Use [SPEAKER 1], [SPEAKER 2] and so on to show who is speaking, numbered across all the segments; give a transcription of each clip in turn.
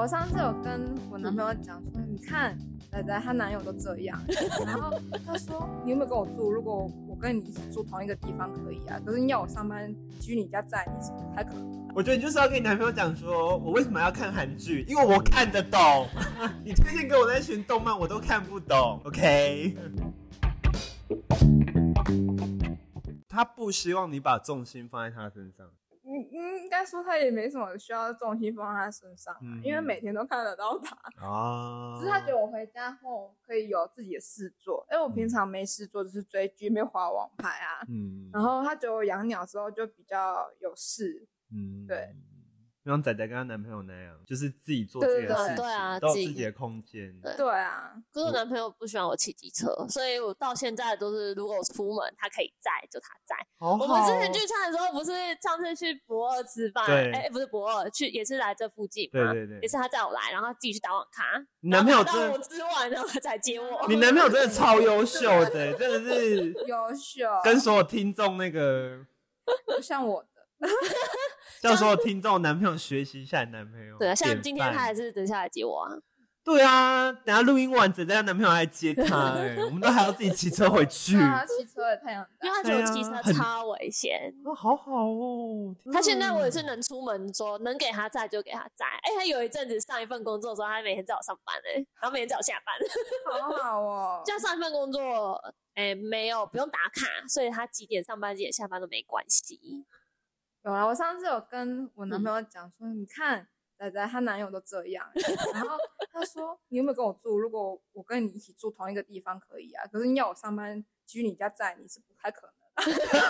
[SPEAKER 1] 我上次有跟我
[SPEAKER 2] 嗯
[SPEAKER 1] 男朋友讲说，你看仔仔她男友都这样，然后他说你有没有跟我住？如果我跟你一起住同一个地方可以啊，可是你要我上班居你家在，你是不太可能。
[SPEAKER 2] 我觉得你就是要跟你男朋友讲说，我为什么要看韩剧，因为我看得懂。你推荐给我那群动漫，我都看不懂。OK。他不希望你把重心放在他身上。
[SPEAKER 1] 嗯，应该说他也没什么需要重心放在他身上啊、
[SPEAKER 2] 嗯
[SPEAKER 1] 因为每天都看得到
[SPEAKER 3] 啊
[SPEAKER 1] 他。
[SPEAKER 2] 哦
[SPEAKER 1] 只是他觉得我回家后可以有自己的事做，因为我平常没事做就是追剧、没滑网牌啊。
[SPEAKER 2] 嗯
[SPEAKER 1] 然后他觉得我养鸟之后就比较有事，
[SPEAKER 2] 嗯
[SPEAKER 1] 对。
[SPEAKER 2] 就像仔仔跟她男朋友那样，就是自己做自己的
[SPEAKER 1] 对对
[SPEAKER 2] 事
[SPEAKER 1] 对
[SPEAKER 2] 情，都
[SPEAKER 3] 对啊
[SPEAKER 2] 有
[SPEAKER 3] 自己
[SPEAKER 2] 自己的空间。
[SPEAKER 3] 对
[SPEAKER 1] 对啊，
[SPEAKER 3] 可是我男朋友不喜欢我骑机车，所以我到现在都是，如果我出门，他可以载就他载。
[SPEAKER 2] 好好哦
[SPEAKER 3] 我们之前聚餐的时候，不是上次去博二吃饭，
[SPEAKER 2] 对
[SPEAKER 3] 哎、不是博二，去也是来这附近
[SPEAKER 2] 对
[SPEAKER 3] 嘛，
[SPEAKER 2] 对对
[SPEAKER 3] 也是他载我来，然后他自己去打网咖，
[SPEAKER 2] 你男朋友
[SPEAKER 3] 然
[SPEAKER 2] 真
[SPEAKER 3] 后我
[SPEAKER 2] 的，
[SPEAKER 3] 吃完，然后他才接我。
[SPEAKER 2] 你男朋友真的超优秀 的，欸真的是
[SPEAKER 1] 优秀，
[SPEAKER 2] 跟所有听众那个
[SPEAKER 1] 不像我的。
[SPEAKER 2] 叫所有听众男朋友学习一下你男朋友。
[SPEAKER 3] 对啊，
[SPEAKER 2] 典
[SPEAKER 3] 像
[SPEAKER 2] 范
[SPEAKER 3] 今天他还是等下来接我啊。
[SPEAKER 2] 对啊，等下录音完，直接让男朋友来接 她、哎，我们都还要自己骑车回去。
[SPEAKER 1] 对啊，骑车也太阳
[SPEAKER 3] 因
[SPEAKER 1] 大，
[SPEAKER 3] 为他觉得我骑
[SPEAKER 2] 对啊
[SPEAKER 3] 车
[SPEAKER 2] 很
[SPEAKER 3] 超危险。
[SPEAKER 2] 哦，好好哦。天啊
[SPEAKER 3] 他现在我也是能出门说能给他载就给他载。哎、他有一阵子上一份工作的时候，他每天载我上班哎、然后每天载我下班。
[SPEAKER 1] 好好哦。
[SPEAKER 3] 像上一份工作，哎、没有不用打卡，所以他几点上班几点下班都没关系。
[SPEAKER 1] 有啊啦，我上次有跟我男朋友讲说，你看仔仔她男友都这样， 然后他说你有没有跟我住？如果我跟你一起住同一个地方可以啊，可是你要我上班居你家在，你是不太可能的。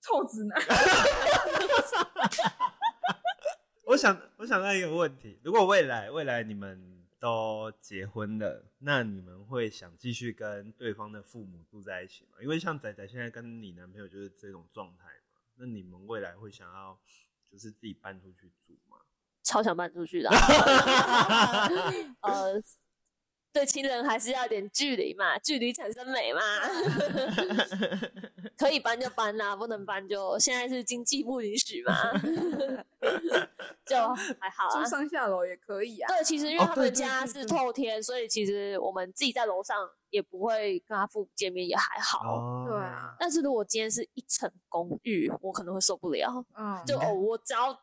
[SPEAKER 1] 臭直男，
[SPEAKER 2] 我想，我想问一个问题：如果未来未来你们都结婚了，那你们会想继续跟对方的父母住在一起吗？因为像仔仔现在跟你男朋友就是这种状态嘛，那你们未来会想要就是自己搬出去住吗？
[SPEAKER 3] 超想搬出去的啊， 呃，对亲人还是要有点距离嘛，距离产生美嘛。 可以搬就搬啦、不能搬就现在是经济不允许嘛， 就还好啊
[SPEAKER 1] 住。上下楼也可以啊。
[SPEAKER 3] 对，呃其实因为
[SPEAKER 2] 哦
[SPEAKER 3] 他
[SPEAKER 2] 对
[SPEAKER 3] 们
[SPEAKER 2] 对
[SPEAKER 3] 家
[SPEAKER 2] 对
[SPEAKER 3] 是
[SPEAKER 2] 对
[SPEAKER 3] 透天，所以其实我们自己在楼上也不会跟他父母见面，也还好。
[SPEAKER 2] 哦
[SPEAKER 1] 对，啊，
[SPEAKER 3] 但是如果今天是一层公寓，我可能会受不了。
[SPEAKER 1] 嗯，
[SPEAKER 3] 就
[SPEAKER 2] 嗯
[SPEAKER 3] 哦，我只要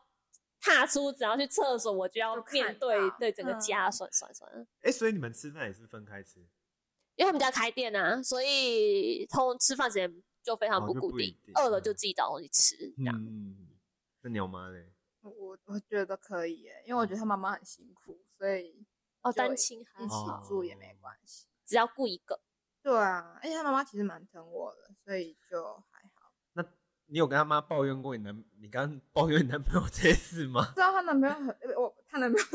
[SPEAKER 3] 踏出，只要去厕所，我就要
[SPEAKER 1] 就看
[SPEAKER 3] 面对
[SPEAKER 1] 到
[SPEAKER 3] 对整个
[SPEAKER 1] 嗯
[SPEAKER 3] 家，算算算。
[SPEAKER 2] 哎、所以你们吃饭也是分开吃，
[SPEAKER 3] 因为他们家开店啊，所以通吃饭时间就非常
[SPEAKER 2] 哦
[SPEAKER 3] 不
[SPEAKER 2] 就
[SPEAKER 3] 固
[SPEAKER 2] 不一
[SPEAKER 3] 定，
[SPEAKER 2] 定
[SPEAKER 3] 饿了
[SPEAKER 2] 嗯
[SPEAKER 3] 就自己找东西吃。这样
[SPEAKER 2] 嗯，那鸟妈嘞？
[SPEAKER 1] 我我觉得可以耶，因为我觉得他妈妈很辛苦，所以
[SPEAKER 3] 哦，
[SPEAKER 1] 就
[SPEAKER 3] 单亲还
[SPEAKER 1] 一
[SPEAKER 3] 好，
[SPEAKER 1] 起住也没关系。
[SPEAKER 3] 只要顾一个。
[SPEAKER 1] 对啊，而且他妈妈其实蛮疼我的，所以就还好。
[SPEAKER 2] 那你有跟他妈抱怨过你男，你刚刚抱怨你男朋友这件事吗？
[SPEAKER 1] 知道她男朋友很，呃我她男朋友，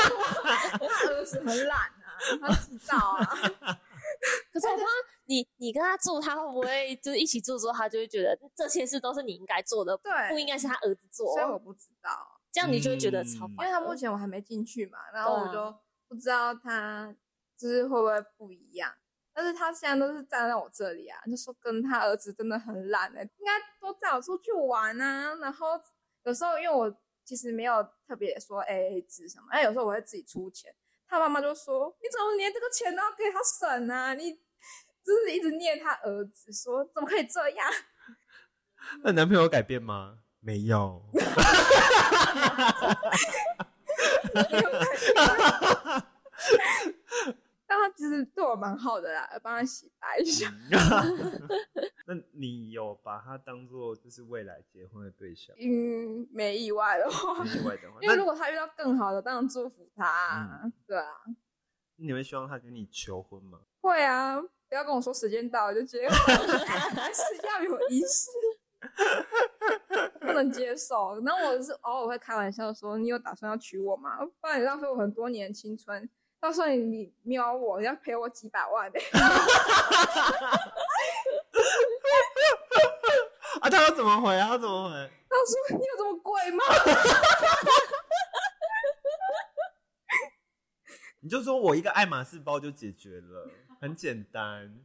[SPEAKER 1] 她儿子很懒啊，他知道啊，
[SPEAKER 3] 可是我怕你，你跟他住，他会不 会就是一起住之后，他就会觉得这些事都是你应该做的，
[SPEAKER 1] 对
[SPEAKER 3] 不应该是他儿子做
[SPEAKER 1] 所以。我不知道，啊
[SPEAKER 3] 这样你就会觉得
[SPEAKER 2] 嗯
[SPEAKER 3] 超
[SPEAKER 1] 因为
[SPEAKER 3] 烦的。
[SPEAKER 1] 他目前我还没进去嘛，然后我
[SPEAKER 3] 对啊
[SPEAKER 1] 就不知道他就是会不会不一样。但是他现在都是站在我这里啊，就说跟他儿子真的很懒哎、应该多带我出去玩啊。然后有时候因为我其实没有特别说 A A 制什么，但有时候我会自己出钱。他妈妈就说：“你怎么连这个钱都要给他省啊？你就是一直念他儿子说怎么可以这样？
[SPEAKER 2] 那你男朋友有改变吗？没有。
[SPEAKER 1] 但他其实对我蛮好的啦，帮他洗白一下。
[SPEAKER 2] 嗯 那你有把他当做就是未来结婚的对象？
[SPEAKER 1] 嗯，没意外的话，
[SPEAKER 2] 意外的话，
[SPEAKER 1] 哦因为如
[SPEAKER 2] 嗯那
[SPEAKER 1] 果他遇到更好的，当然祝福他啊、对啊，
[SPEAKER 2] 你会希望他跟你求婚吗？
[SPEAKER 1] 会啊，不要跟我说时间到了就结 婚，还是要有仪式。不能接受，然后我是偶尔会开玩笑说：“你有打算要娶我吗？不然你浪费我很多年青春。到时候你你瞄我，你要赔我几百万、欸。
[SPEAKER 2] 啊，他要怎么回啊？他怎么回？
[SPEAKER 1] 他说：“你有这么贵吗？”
[SPEAKER 2] 你就说我一个爱马仕包就解决了，很简单。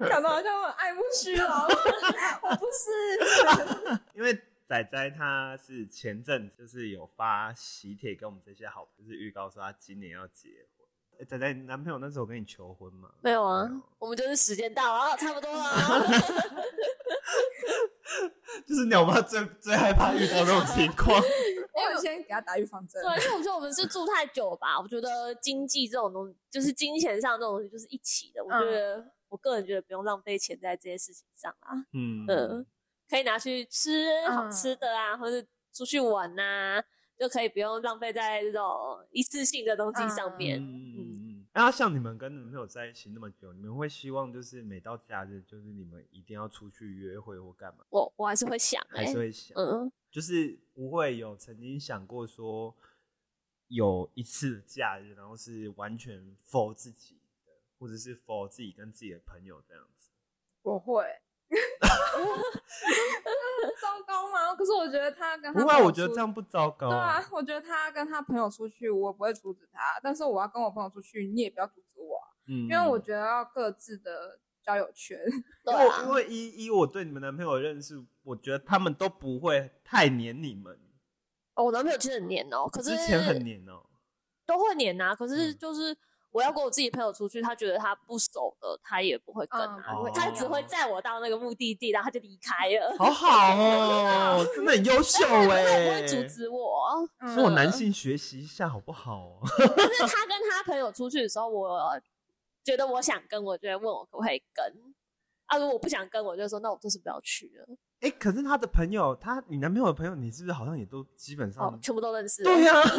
[SPEAKER 1] 讲的好像我很爱慕虚荣，我不是。
[SPEAKER 2] 因为仔仔他是前阵子就是有发喜帖给我们这些好朋友，就是预告说他今年要结婚。欸仔仔，你男朋友那时候跟你求婚吗？
[SPEAKER 3] 没有啊
[SPEAKER 2] 没有，
[SPEAKER 3] 我们就是时间到了，哦差不多了。
[SPEAKER 2] 就是鸟妈最最害怕遇到这种情况。
[SPEAKER 1] 我有先给他打预防针
[SPEAKER 3] 对，。因为我觉得我们是住太久吧，我觉得经济这种东西，就是金钱上这种东西，就是一起的。我
[SPEAKER 1] 嗯
[SPEAKER 3] 觉得、我个人觉得不用浪费钱在这些事情上啦，
[SPEAKER 2] 嗯
[SPEAKER 3] 嗯，可以拿去吃
[SPEAKER 1] 嗯
[SPEAKER 3] 好吃的啊，或者出去玩呐、就可以不用浪费在这种一次性的东西上面。嗯
[SPEAKER 2] 嗯，那、啊、像你们跟男朋友在一起那么久，你们会希望就是每到假日，就是你们一定要出去约会或干嘛？
[SPEAKER 3] 我我还是会想、欸，
[SPEAKER 2] 还是会想，
[SPEAKER 3] 嗯，
[SPEAKER 2] 就是不会有曾经想过说有一次的假日，然后是完全 for 自己的，或者是 for 自己跟自己的朋友这样子。
[SPEAKER 1] 我会。 糟糕吗？可是我觉得他跟他
[SPEAKER 2] 不会
[SPEAKER 1] 朋
[SPEAKER 2] 啊，
[SPEAKER 1] 友
[SPEAKER 2] 我觉得
[SPEAKER 1] 出
[SPEAKER 2] 这样哦不糟糕、
[SPEAKER 1] 对啊，我觉得他跟他朋友出去，我不会阻止他。但是我要跟我朋友出去，你也不要阻止我啊，
[SPEAKER 2] 嗯，
[SPEAKER 1] 因为我觉得要各自的交友圈。
[SPEAKER 3] 对
[SPEAKER 2] 因为我因
[SPEAKER 3] 啊，
[SPEAKER 2] 为依依我对你们男朋友的认识，我觉得他们都不会太黏你们，
[SPEAKER 3] 哦我男朋友其实很黏哦、可是
[SPEAKER 2] 之前很黏哦、
[SPEAKER 3] 都会黏啊。可是
[SPEAKER 2] 嗯
[SPEAKER 3] 就是我要跟我自己朋友出去，他觉得他不熟的，他也不会跟啊，
[SPEAKER 1] 嗯
[SPEAKER 2] 不会
[SPEAKER 3] 他
[SPEAKER 2] 跟
[SPEAKER 3] 只会载我到那个目的地，然后他就离开了。
[SPEAKER 2] 好好哦、真的很优 秀哎、
[SPEAKER 3] 他也不会阻止我，
[SPEAKER 1] 嗯
[SPEAKER 2] 说我男性学习一下好不好、哦？
[SPEAKER 3] 但是他跟他朋友出去的时候，我觉得我想跟，我就会问我可不可以跟。啊，如果我不想跟，我就说那我这次不要去了。
[SPEAKER 2] 哎、可是他的朋友，他你男朋友的朋友，你是不是好像也都基本上？
[SPEAKER 3] 哦，全部都认 识。
[SPEAKER 2] 对、啊
[SPEAKER 1] 啊
[SPEAKER 2] 呀、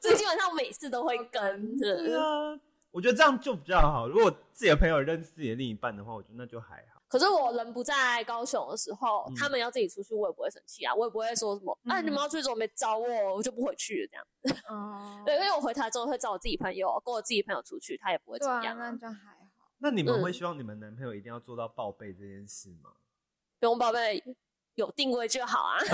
[SPEAKER 3] 所以基本上我每次都会跟。
[SPEAKER 2] 对
[SPEAKER 3] 嗯
[SPEAKER 1] 啊
[SPEAKER 2] 呀，我觉得这样就比较好。如果自己的朋友认识自己的另一半的话，我觉得那就还好。
[SPEAKER 3] 可是我人不在高雄的时候，
[SPEAKER 2] 嗯
[SPEAKER 3] 他们要自己出去，我也不会生气啊，我也不会说什么，啊，你们要出去怎么没找我，我就不回去了这样。
[SPEAKER 1] 哦，
[SPEAKER 3] 对，因为我回台中会找我自己朋友，跟我自己朋友出去，他也不会怎
[SPEAKER 1] 对
[SPEAKER 3] 么
[SPEAKER 1] 啊，
[SPEAKER 3] 样、
[SPEAKER 1] 那就还好。
[SPEAKER 2] 那你们
[SPEAKER 3] 嗯
[SPEAKER 2] 会希望你们男朋友一定要做到报备这件事吗？
[SPEAKER 3] 不用宝贝，有定位就好啊。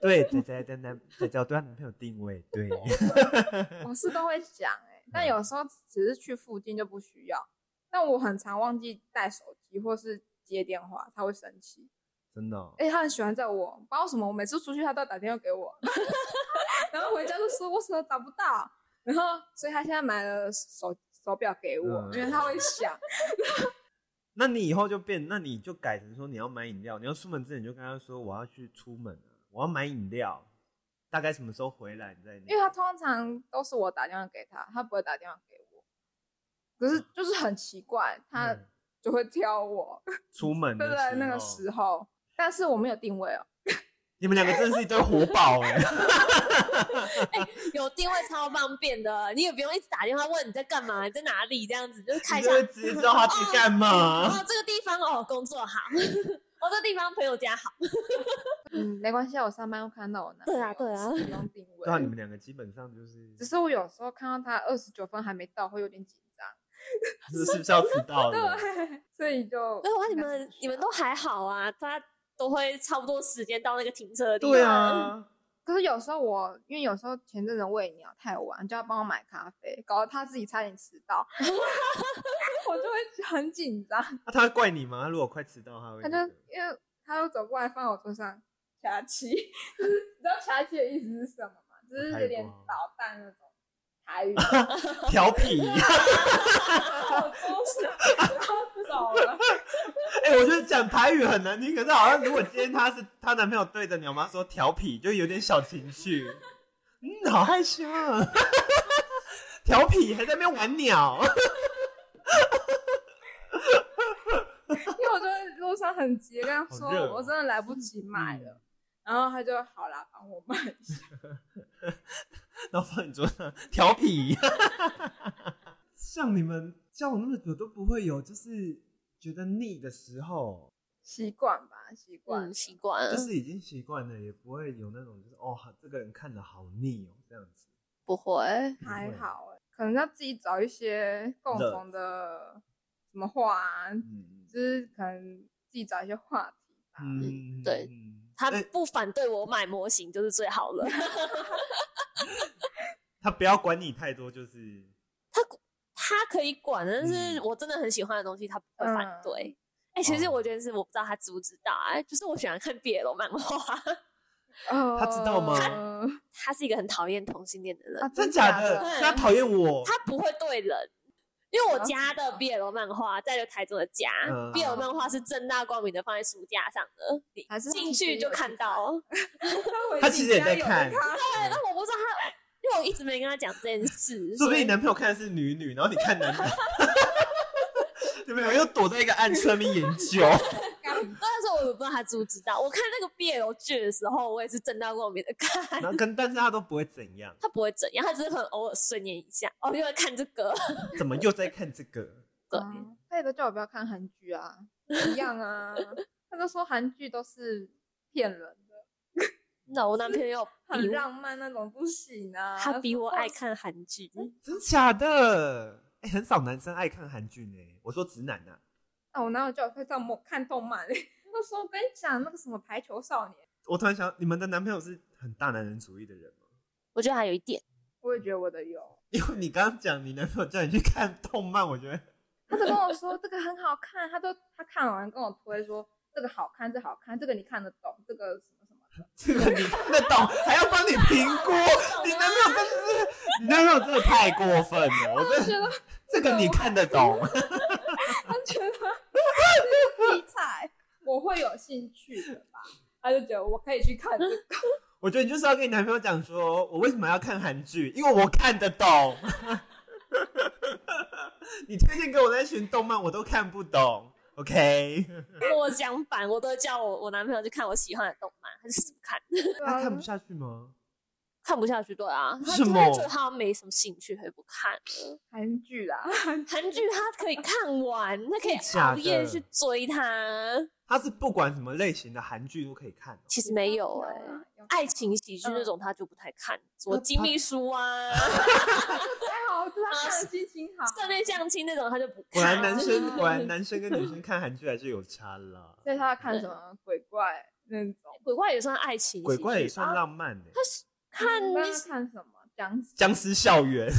[SPEAKER 2] 对，仔仔的男仔仔对他啊男朋友定位，对，
[SPEAKER 1] 我是都会讲哎、
[SPEAKER 2] 嗯
[SPEAKER 1] 但有时候只是去附近就不需要。但我很常忘记带手机或是接电话，他会生气。
[SPEAKER 2] 真的哦、
[SPEAKER 1] 哎、他很喜欢在我，不知道为什么，我每次出去他都要打电话给我， 然后回家就说为什么找不到，然后所以他现在买了手手表给我，
[SPEAKER 2] 嗯
[SPEAKER 1] 因为他会 想，
[SPEAKER 2] 那你以后就变，那你就改成说你要买饮料，你要出门之前你就跟他说我要去出门了，我要买饮料，大概什么时候回来你再那个。
[SPEAKER 1] 因为他通常都是我打电话给他，他不会打电话给我，可是就是很奇怪，他
[SPEAKER 2] 嗯
[SPEAKER 1] 就会挑我，
[SPEAKER 2] 出门 的
[SPEAKER 1] 对不对？那个
[SPEAKER 2] 候
[SPEAKER 1] 时候，但是我没有定位哦，
[SPEAKER 2] 你们两个真的是一对活宝哎、
[SPEAKER 3] 有定位超方便的，你也不用一直打电话问你在干嘛，你在哪里这样子，就是看
[SPEAKER 2] 你
[SPEAKER 3] 一下
[SPEAKER 2] 就。会直接知道他去干嘛。啊
[SPEAKER 3] 哦，这个地方哦，工作好。 哦，这个地方朋友家好。
[SPEAKER 1] 嗯，没关系啊，我上班会看到我男朋
[SPEAKER 3] 对
[SPEAKER 1] 友，
[SPEAKER 3] 啊对啊
[SPEAKER 1] 不用定位，
[SPEAKER 2] 对啊，你们两个基本上就是，
[SPEAKER 1] 只是我有时候看到他二十九分还没到，会有点紧张。
[SPEAKER 2] 是是不是要迟 到了？
[SPEAKER 1] 对，所以就
[SPEAKER 3] 没有啊，你们你们都还好啊，他都会差不多时间到那个停车的地方。
[SPEAKER 2] 对， 啊，
[SPEAKER 1] 可是有时候我，因为有时候前阵子喂鸟太晚，就要帮我买咖啡，搞得他自己差点迟 到，我就会很紧张。
[SPEAKER 2] 那啊他会怪你吗？他如果快迟到，他会
[SPEAKER 1] 他就
[SPEAKER 2] 那个
[SPEAKER 1] 因为他又走过来放我桌上，卡其， 就是你知道卡其的意思是什么吗？就是有点捣蛋那种台 语，
[SPEAKER 2] 调皮。
[SPEAKER 1] 放我桌上，然后走了。
[SPEAKER 2] 哎、我觉得讲台语很难听，可是好像如果今天她是她男朋友对着鸟妈说调皮，就有点小情绪。嗯，好害羞啊， 调皮还在那边玩鸟。
[SPEAKER 1] 因为我就在路上很急，跟他
[SPEAKER 2] 好
[SPEAKER 1] 说
[SPEAKER 2] 热哦嗯
[SPEAKER 1] 我真的来不及买了，然后他就好啦，帮我买 一下。
[SPEAKER 2] 然后放你桌上调皮。 像你们交往那么久都不会有，就是觉得腻的时候，
[SPEAKER 1] 习惯吧，习惯了。
[SPEAKER 3] 嗯，习惯了
[SPEAKER 2] 就，是已经习惯了，也不会有那种就是哦，这个人看的好腻哦这样子。
[SPEAKER 3] 不会。
[SPEAKER 2] 不会
[SPEAKER 1] 还，好欸可能要自己找一些共
[SPEAKER 2] 乐
[SPEAKER 1] 同的什么话、啊，
[SPEAKER 2] 嗯
[SPEAKER 1] 就是可能自己找一些话题吧。
[SPEAKER 2] 嗯，
[SPEAKER 3] 对
[SPEAKER 2] 嗯
[SPEAKER 3] 他
[SPEAKER 2] 哎
[SPEAKER 3] 不反对我买模型就是最好了。
[SPEAKER 2] 他不要管你太多，就是
[SPEAKER 3] 他他可以管，但是
[SPEAKER 2] 嗯
[SPEAKER 3] 我真的很喜欢的东西，他不会反对。哎、其实
[SPEAKER 2] 哦
[SPEAKER 3] 我觉得是我不知道他知不知道啊，就是我喜欢看 BL 漫画，
[SPEAKER 1] 他
[SPEAKER 2] 他知道吗
[SPEAKER 3] 他是一个很讨厌同性恋的人，
[SPEAKER 1] 啊，
[SPEAKER 2] 真假
[SPEAKER 1] 假
[SPEAKER 2] 的？
[SPEAKER 3] 对
[SPEAKER 2] 他讨厌我，
[SPEAKER 3] 他不会对人。因为我
[SPEAKER 1] 了解
[SPEAKER 3] 家的 BL 漫画在就台中的家、
[SPEAKER 2] 嗯
[SPEAKER 3] b l 漫画是正大光明的放在书架上的，你
[SPEAKER 1] 还是他
[SPEAKER 3] 进
[SPEAKER 1] 其实
[SPEAKER 3] 去就
[SPEAKER 1] 有去
[SPEAKER 3] 看到。
[SPEAKER 1] 他
[SPEAKER 2] 他其实也在
[SPEAKER 1] 回家
[SPEAKER 2] 看
[SPEAKER 1] 有的
[SPEAKER 3] 对，那我不知道他，因为我一直没跟他讲这 件事，
[SPEAKER 2] 说不
[SPEAKER 3] 所
[SPEAKER 2] 定
[SPEAKER 3] 以
[SPEAKER 2] 你男朋友看的是女女，然后你看男男， 有没有又躲在一个暗处那边研究？
[SPEAKER 1] 看
[SPEAKER 3] 那时候我也不知道他知不知道。我看那个 BL 剧的时候，我也是正大光明的看
[SPEAKER 2] 然，后跟但是他都不会怎样，
[SPEAKER 3] 他不会怎样，他只是很偶尔顺眼一下。哦，因为看这个，
[SPEAKER 2] 怎么又在看这个？
[SPEAKER 3] 对
[SPEAKER 2] 嗯
[SPEAKER 1] 啊他也都叫我不要看韩剧啊，一样 啊，他就说韩剧都是骗人的，
[SPEAKER 3] 那我男朋 友比
[SPEAKER 1] 很
[SPEAKER 3] 我
[SPEAKER 1] 浪漫那种不行啊，
[SPEAKER 3] 他比我爱看韩 剧，
[SPEAKER 2] 真假的？哎、很少男生爱看韩剧呢。我说直男啊，
[SPEAKER 1] 啊，我哪有叫我看动漫看动漫 嘞？那时候我跟你讲那个什么排球少年，
[SPEAKER 2] 我突然想，你们的男朋友是很大男人主义的人吗？
[SPEAKER 3] 我觉得还有一点，
[SPEAKER 1] 我也觉得我的有，
[SPEAKER 2] 因为你刚刚讲你男朋友叫你去看动漫，我觉得
[SPEAKER 1] 他都跟我说这个很好看，他都他看完跟我推说这个好看，这好看，这个你看得懂，这个什么什 么，
[SPEAKER 2] 这个你看得懂，还要帮你评估，你男朋友真的是，你男朋友真的太过分了，我
[SPEAKER 1] 我
[SPEAKER 2] 真
[SPEAKER 1] 觉
[SPEAKER 2] 的
[SPEAKER 1] 得
[SPEAKER 2] 这个你看得懂。
[SPEAKER 1] 他觉得这个题材我会有兴趣的吧，他就觉得我可以去看这 个，
[SPEAKER 2] 我觉得你就是要跟你男朋友讲说，我为什么要看韩剧，因为我看得懂。 你推荐给我那群动漫，我都看不懂。OK，
[SPEAKER 3] 我相反，我都叫我我男朋友去看我喜欢的动漫，他就死不看，
[SPEAKER 1] 对啊
[SPEAKER 2] 他看不下去吗？
[SPEAKER 3] 看不下去，对啊，他
[SPEAKER 2] 什
[SPEAKER 3] 就
[SPEAKER 2] 么
[SPEAKER 3] 是对他没什么兴趣，他就不看了。
[SPEAKER 1] 韩剧啦，
[SPEAKER 3] 韩剧他可以看完，他可以
[SPEAKER 2] 假
[SPEAKER 3] 熬
[SPEAKER 2] 的
[SPEAKER 3] 夜去追他，
[SPEAKER 2] 他是不管什么类型的韩剧都可以看哦、
[SPEAKER 3] 其实没有哎、
[SPEAKER 1] 啦有
[SPEAKER 3] 爱情喜剧
[SPEAKER 1] 嗯
[SPEAKER 3] 那种他就不太看，什么
[SPEAKER 1] 呃
[SPEAKER 3] 《金秘书》 啊、
[SPEAKER 1] 还好，就是他看的心情好，
[SPEAKER 3] 《室内相亲》那种他就不
[SPEAKER 2] 果然男
[SPEAKER 3] 看。
[SPEAKER 2] 生，果然男生跟女生看韩剧还是有差啦。
[SPEAKER 1] 所以他要看什么鬼怪那种，
[SPEAKER 3] 鬼怪也算爱情喜剧吧，
[SPEAKER 2] 鬼怪也
[SPEAKER 3] 啊
[SPEAKER 2] 算浪漫欸呢、
[SPEAKER 3] 看
[SPEAKER 1] 你
[SPEAKER 3] 那
[SPEAKER 1] 不知道他看什么僵尸。
[SPEAKER 2] 僵尸校园，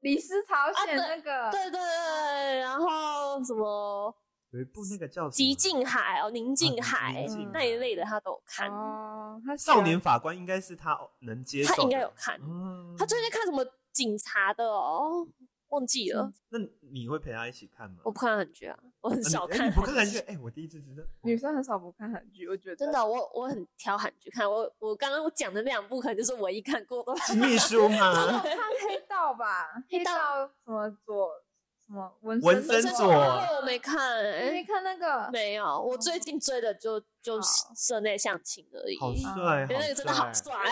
[SPEAKER 1] 李斯朝鲜
[SPEAKER 3] 啊
[SPEAKER 1] 那个，
[SPEAKER 3] 对对对，然后什么
[SPEAKER 2] 有一部那个叫什么《
[SPEAKER 3] 极静海哦、宁静海
[SPEAKER 2] 啊宁
[SPEAKER 1] 静海
[SPEAKER 3] 那一类的他都有看，
[SPEAKER 1] 哦，他喜欢
[SPEAKER 2] 少年法官》，应该是他能接受
[SPEAKER 3] 他
[SPEAKER 2] 的。
[SPEAKER 3] 应该有看。
[SPEAKER 2] 嗯
[SPEAKER 3] 他最近看什么警察的哦，忘记了，
[SPEAKER 2] 那你会陪他一起看吗？
[SPEAKER 3] 我不看韩剧啊，我很少
[SPEAKER 2] 啊你哎
[SPEAKER 3] 看。
[SPEAKER 2] 你不看韩剧？？哎、我第一次 知道。
[SPEAKER 1] 女生很少不看韩剧，我觉得
[SPEAKER 3] 真的，哦我我很挑韩剧看。我我刚刚讲的那两部，可能就是我一看过的。
[SPEAKER 2] 金秘书吗？
[SPEAKER 1] 看哦黑道吧，
[SPEAKER 3] 黑
[SPEAKER 1] 黑
[SPEAKER 3] 道
[SPEAKER 1] 道什么佐什么纹
[SPEAKER 2] 纹身
[SPEAKER 1] 佐啊
[SPEAKER 2] 佐
[SPEAKER 3] 我没看、
[SPEAKER 1] 你没
[SPEAKER 3] 欸，
[SPEAKER 1] 看那个？
[SPEAKER 3] 没有。我最近追的就就
[SPEAKER 1] 好
[SPEAKER 3] 社内相亲而已，
[SPEAKER 2] 好
[SPEAKER 3] 因
[SPEAKER 2] 帅，
[SPEAKER 3] 为那个真的好帅。啊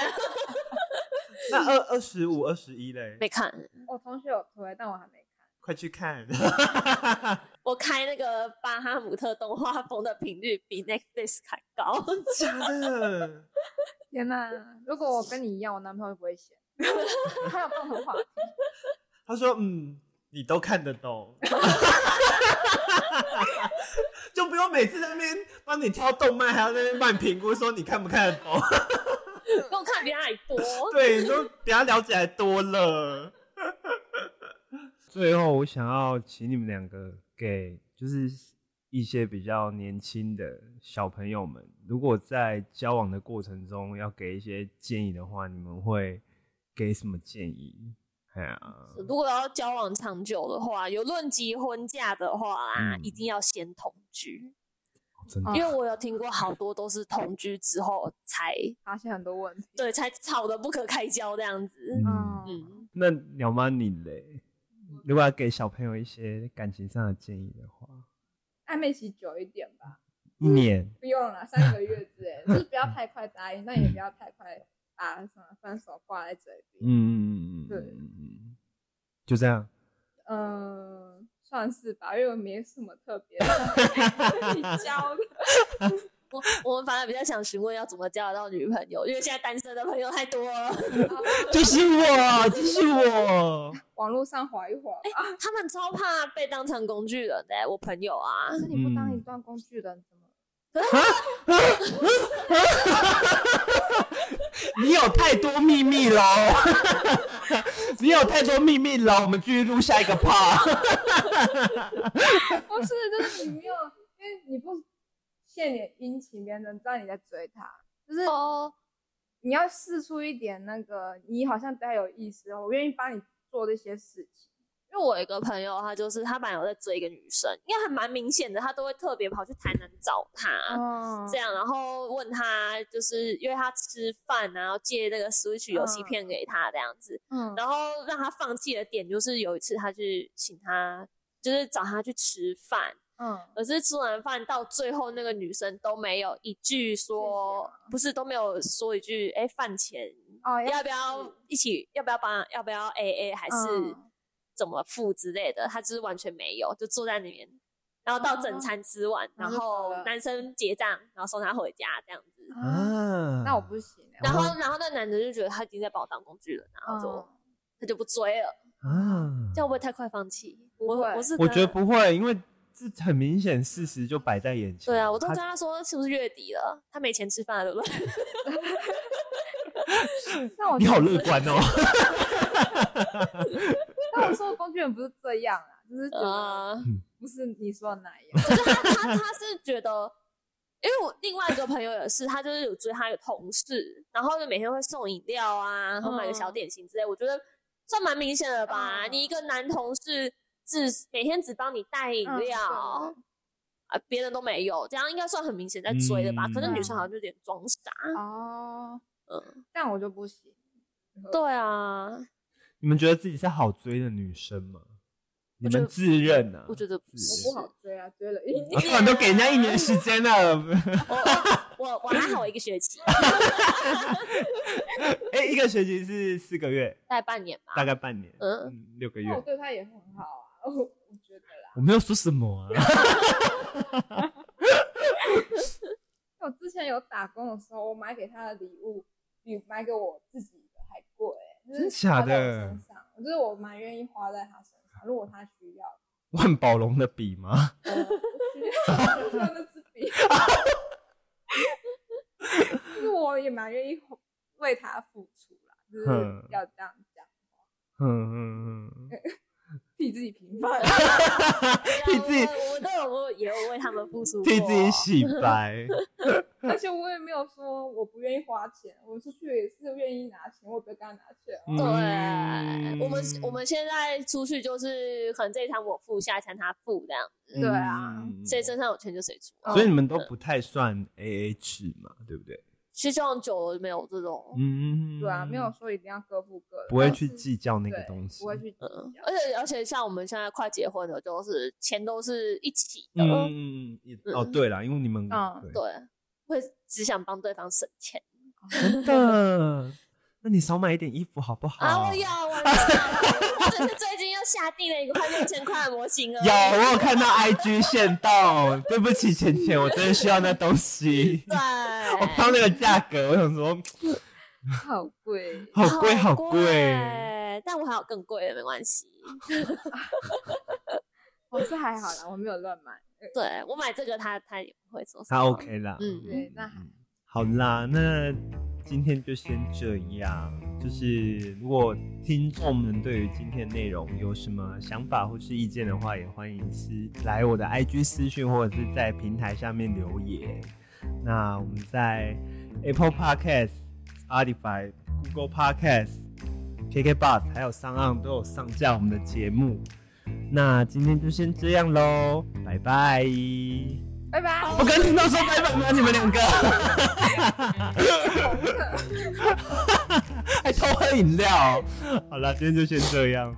[SPEAKER 2] 那二二十五、二十一嘞，
[SPEAKER 3] 没看，
[SPEAKER 1] 我同学有推，但我还没看。
[SPEAKER 2] 快去看。
[SPEAKER 3] 我开那个巴哈姆特动画风的频率比 Netflix 还 高。
[SPEAKER 2] 假的，
[SPEAKER 1] 天哪！如果我跟你一样，我男朋友不会 嫌。还有共同话题，
[SPEAKER 2] 他说嗯，你都看得 懂，就不用每次在那边帮你挑动漫，还要在那边帮你评估说你看不看得懂。
[SPEAKER 3] 跟我看比他还多。
[SPEAKER 2] 对，你都比他了解还多了。最后，我想要请你们两个给就是一些比较年轻的小朋友们，如果在交往的过程中要给一些建议的话，你们会给什么建议？哎呀、
[SPEAKER 3] 如果要交往长久的话，有论及婚嫁的话啊，
[SPEAKER 2] 嗯
[SPEAKER 3] 一定要先同居，
[SPEAKER 2] 真的
[SPEAKER 1] 啊
[SPEAKER 3] 因为我有听过好多都是同居之后才
[SPEAKER 1] 发现很多问题。
[SPEAKER 3] 对才吵得不可开交这样子。
[SPEAKER 2] 嗯，
[SPEAKER 3] 嗯，
[SPEAKER 2] 那鸟妈你嘞？如果要给小朋友一些感情上的建议的话，
[SPEAKER 1] 暧昧期久一点吧，
[SPEAKER 2] 一年
[SPEAKER 1] 不用了，三个月之类，就是不要太快答应，但也不要太快把什么分手挂在嘴边。
[SPEAKER 2] 嗯嗯嗯嗯
[SPEAKER 1] 对
[SPEAKER 2] 嗯嗯，就这样。
[SPEAKER 1] 嗯，算是吧，因为我没什么特 别可以教的。
[SPEAKER 3] 我我们反而比较想询问要怎么交得到女朋友，因为现在单身的朋友太多了，
[SPEAKER 2] 就是我，就是我。
[SPEAKER 1] 网络上划一划吧，
[SPEAKER 3] 他们超怕被当成工具人的、我朋友啊
[SPEAKER 1] 可，是你不当
[SPEAKER 2] 嗯
[SPEAKER 1] 一段工具人怎么？
[SPEAKER 2] 你有太多秘密喽， 你有太多秘密喽。我们继续录下一个 part。
[SPEAKER 1] 不是，就是你没有，因因为你不现眼殷勤，别人能知道你在追他，就是
[SPEAKER 3] 哦，
[SPEAKER 1] 你要试出一点那个，你好像对他有意思哦，我愿意帮你做这些事情。
[SPEAKER 3] 因为我有一个朋友，他就是他本来有在追一个女生，应该还蛮明显的，他都会特别跑去台南找她。
[SPEAKER 1] 哦
[SPEAKER 3] 这样，然后问他，就是因为他吃饭啊，然后借那个 Switch 游戏
[SPEAKER 1] 嗯
[SPEAKER 3] 片给他这样子，
[SPEAKER 1] 嗯
[SPEAKER 3] 然后让他放弃的点就是有一次他去请他，就是找他去吃饭，
[SPEAKER 1] 嗯，
[SPEAKER 3] 可是吃完饭到最后那个女生都没有一句说，不是都没有说一句，哎，饭前
[SPEAKER 1] 哦，
[SPEAKER 3] 要不要一起，要不要帮，要不要 A A 还是
[SPEAKER 1] 嗯
[SPEAKER 3] 怎么付之类的，他就是完全没有，就坐在里面。然后到整餐吃完，然
[SPEAKER 1] 然哦后就走
[SPEAKER 3] 后
[SPEAKER 1] 了
[SPEAKER 3] 男生结账，然后送她回家这样子。
[SPEAKER 1] 啊？
[SPEAKER 2] 啊，
[SPEAKER 1] 那我不行欸，
[SPEAKER 3] 然后，然后那男的就觉得他已经在把我当工具人，然后就、
[SPEAKER 1] 嗯
[SPEAKER 3] 他就不追了。
[SPEAKER 2] 啊
[SPEAKER 3] 这，样会不会太快放弃？
[SPEAKER 1] 不
[SPEAKER 3] 我
[SPEAKER 1] 会
[SPEAKER 3] 我是
[SPEAKER 2] 我觉得
[SPEAKER 3] 跟
[SPEAKER 2] 不会，因为这很明显事实就摆在眼前。
[SPEAKER 3] 对啊，我都
[SPEAKER 2] 他
[SPEAKER 3] 跟他说是不是月底了，他没钱吃饭了，对 不对？
[SPEAKER 1] 那我
[SPEAKER 2] 你好
[SPEAKER 1] 觉得
[SPEAKER 2] 乐观哦。
[SPEAKER 1] 但我说的工具人不是这样啊，就是觉得
[SPEAKER 3] 啊，
[SPEAKER 1] 不是你说的那样。
[SPEAKER 3] 就他他他是觉得，因为我另外一个朋友也是，他就是有追他有同事，然后就每天会送饮料啊，然后买个小点心之类，我觉得算蛮明显的吧。
[SPEAKER 1] 嗯
[SPEAKER 3] 你一个男同事只每天只帮你带饮
[SPEAKER 1] 嗯对
[SPEAKER 3] 料。啊，别人都没有，这样应该算很明显在追的吧？可是
[SPEAKER 1] 嗯
[SPEAKER 3] 女生好像就有点装傻。
[SPEAKER 2] 啊
[SPEAKER 1] 哦，
[SPEAKER 3] 嗯
[SPEAKER 1] 但我就不行。
[SPEAKER 3] 对啊，
[SPEAKER 2] 你们觉得自己是好追的女生吗？你
[SPEAKER 3] 觉得
[SPEAKER 2] 们自认啊？
[SPEAKER 3] 我觉得不
[SPEAKER 2] 是
[SPEAKER 3] 是
[SPEAKER 1] 我不好追啊，追了一年
[SPEAKER 2] 啊，突然都给人家一年时间了，
[SPEAKER 3] 我我我我还好一个学期，
[SPEAKER 2] 哎、一个学期是四个月，
[SPEAKER 3] 大概半年吧。
[SPEAKER 2] 大概半年，
[SPEAKER 3] 嗯
[SPEAKER 2] 嗯，六个
[SPEAKER 1] 那我
[SPEAKER 2] 月。
[SPEAKER 1] 对他也很好啊，我我觉得啦。
[SPEAKER 2] 我没有说什么啊，
[SPEAKER 1] 我之前有打工的时候，我买给他的礼物比买给我自己的还贵、欸，就
[SPEAKER 2] 真
[SPEAKER 1] 是
[SPEAKER 2] 假
[SPEAKER 1] 花在我
[SPEAKER 2] 的
[SPEAKER 1] 身上，就是我蛮愿意花在他身上，如果他需要，
[SPEAKER 2] 万宝龙的笔吗？
[SPEAKER 1] 呃不需要不需要那支笔，就是我也蛮愿意为他付出啦，就是
[SPEAKER 2] 嗯
[SPEAKER 1] 要这样讲，
[SPEAKER 2] 嗯嗯嗯，
[SPEAKER 1] 替自己平 反。
[SPEAKER 2] 替自己
[SPEAKER 3] 对啊我我都有我也有为他们付出过，
[SPEAKER 2] 替自己洗白。
[SPEAKER 1] 而且我也没有说我不愿意花钱，我出去也是愿意拿钱，我不会跟他拿钱哦。
[SPEAKER 3] 对，
[SPEAKER 2] 嗯
[SPEAKER 3] 我们我们现在出去就是可能这一餐我付，下一餐他付这样，
[SPEAKER 1] 对啊
[SPEAKER 2] 嗯
[SPEAKER 3] 谁身上有钱就谁出。啊
[SPEAKER 2] 所以你们都不太算 A A 制嘛，对不对？
[SPEAKER 3] 其实这样久了没有这种，
[SPEAKER 2] 嗯，
[SPEAKER 1] 对啊，没有说一定要各付各的，
[SPEAKER 2] 不会
[SPEAKER 1] 但
[SPEAKER 2] 去
[SPEAKER 1] 是
[SPEAKER 2] 计较那个
[SPEAKER 1] 对
[SPEAKER 2] 东西
[SPEAKER 1] 不。会去计较。
[SPEAKER 3] 嗯，而且而且像我们现在快结婚了，就是钱都是一起
[SPEAKER 2] 嗯
[SPEAKER 3] 的，
[SPEAKER 2] 嗯嗯也，哦，对啦，因为你们
[SPEAKER 1] 嗯
[SPEAKER 2] 对
[SPEAKER 3] 对，会只想帮对方省钱
[SPEAKER 2] 真的？那你少买一点衣服好不好？
[SPEAKER 3] 啊！我有，我有，我只是最近又下定了一个快六千块的模型而已
[SPEAKER 2] 有，我有看到 IG 限动，对不起，浅浅，我真的需要那东西。
[SPEAKER 3] 对，
[SPEAKER 2] 我看到那个价格，我想说，
[SPEAKER 1] 好贵，
[SPEAKER 2] 好贵，好
[SPEAKER 3] 贵
[SPEAKER 2] 贵。，
[SPEAKER 3] 但我还有更贵的，没关系。
[SPEAKER 1] 我是哦还好啦，我没有乱买。
[SPEAKER 3] 对我买这个他，他也不会说什
[SPEAKER 2] 那
[SPEAKER 3] 么。
[SPEAKER 2] 啊 OK 啦，
[SPEAKER 3] 嗯
[SPEAKER 1] 对那还
[SPEAKER 2] 好啦，那今天就先这样。就是如果听众们对于今天的内容有什么想法或是意见的话，也欢迎私来我的 IG 私讯或者是在平台下面留言。那我们在 Apple Podcast、Spotify、Google Podcast、KK Bus 还有上岸都有上架我们的节目。那今天就先这样喽，拜拜。
[SPEAKER 1] 拜拜。
[SPEAKER 2] 我跟听众说拜拜吗？你们两 个还偷喝饮料。好了，今天就先这样。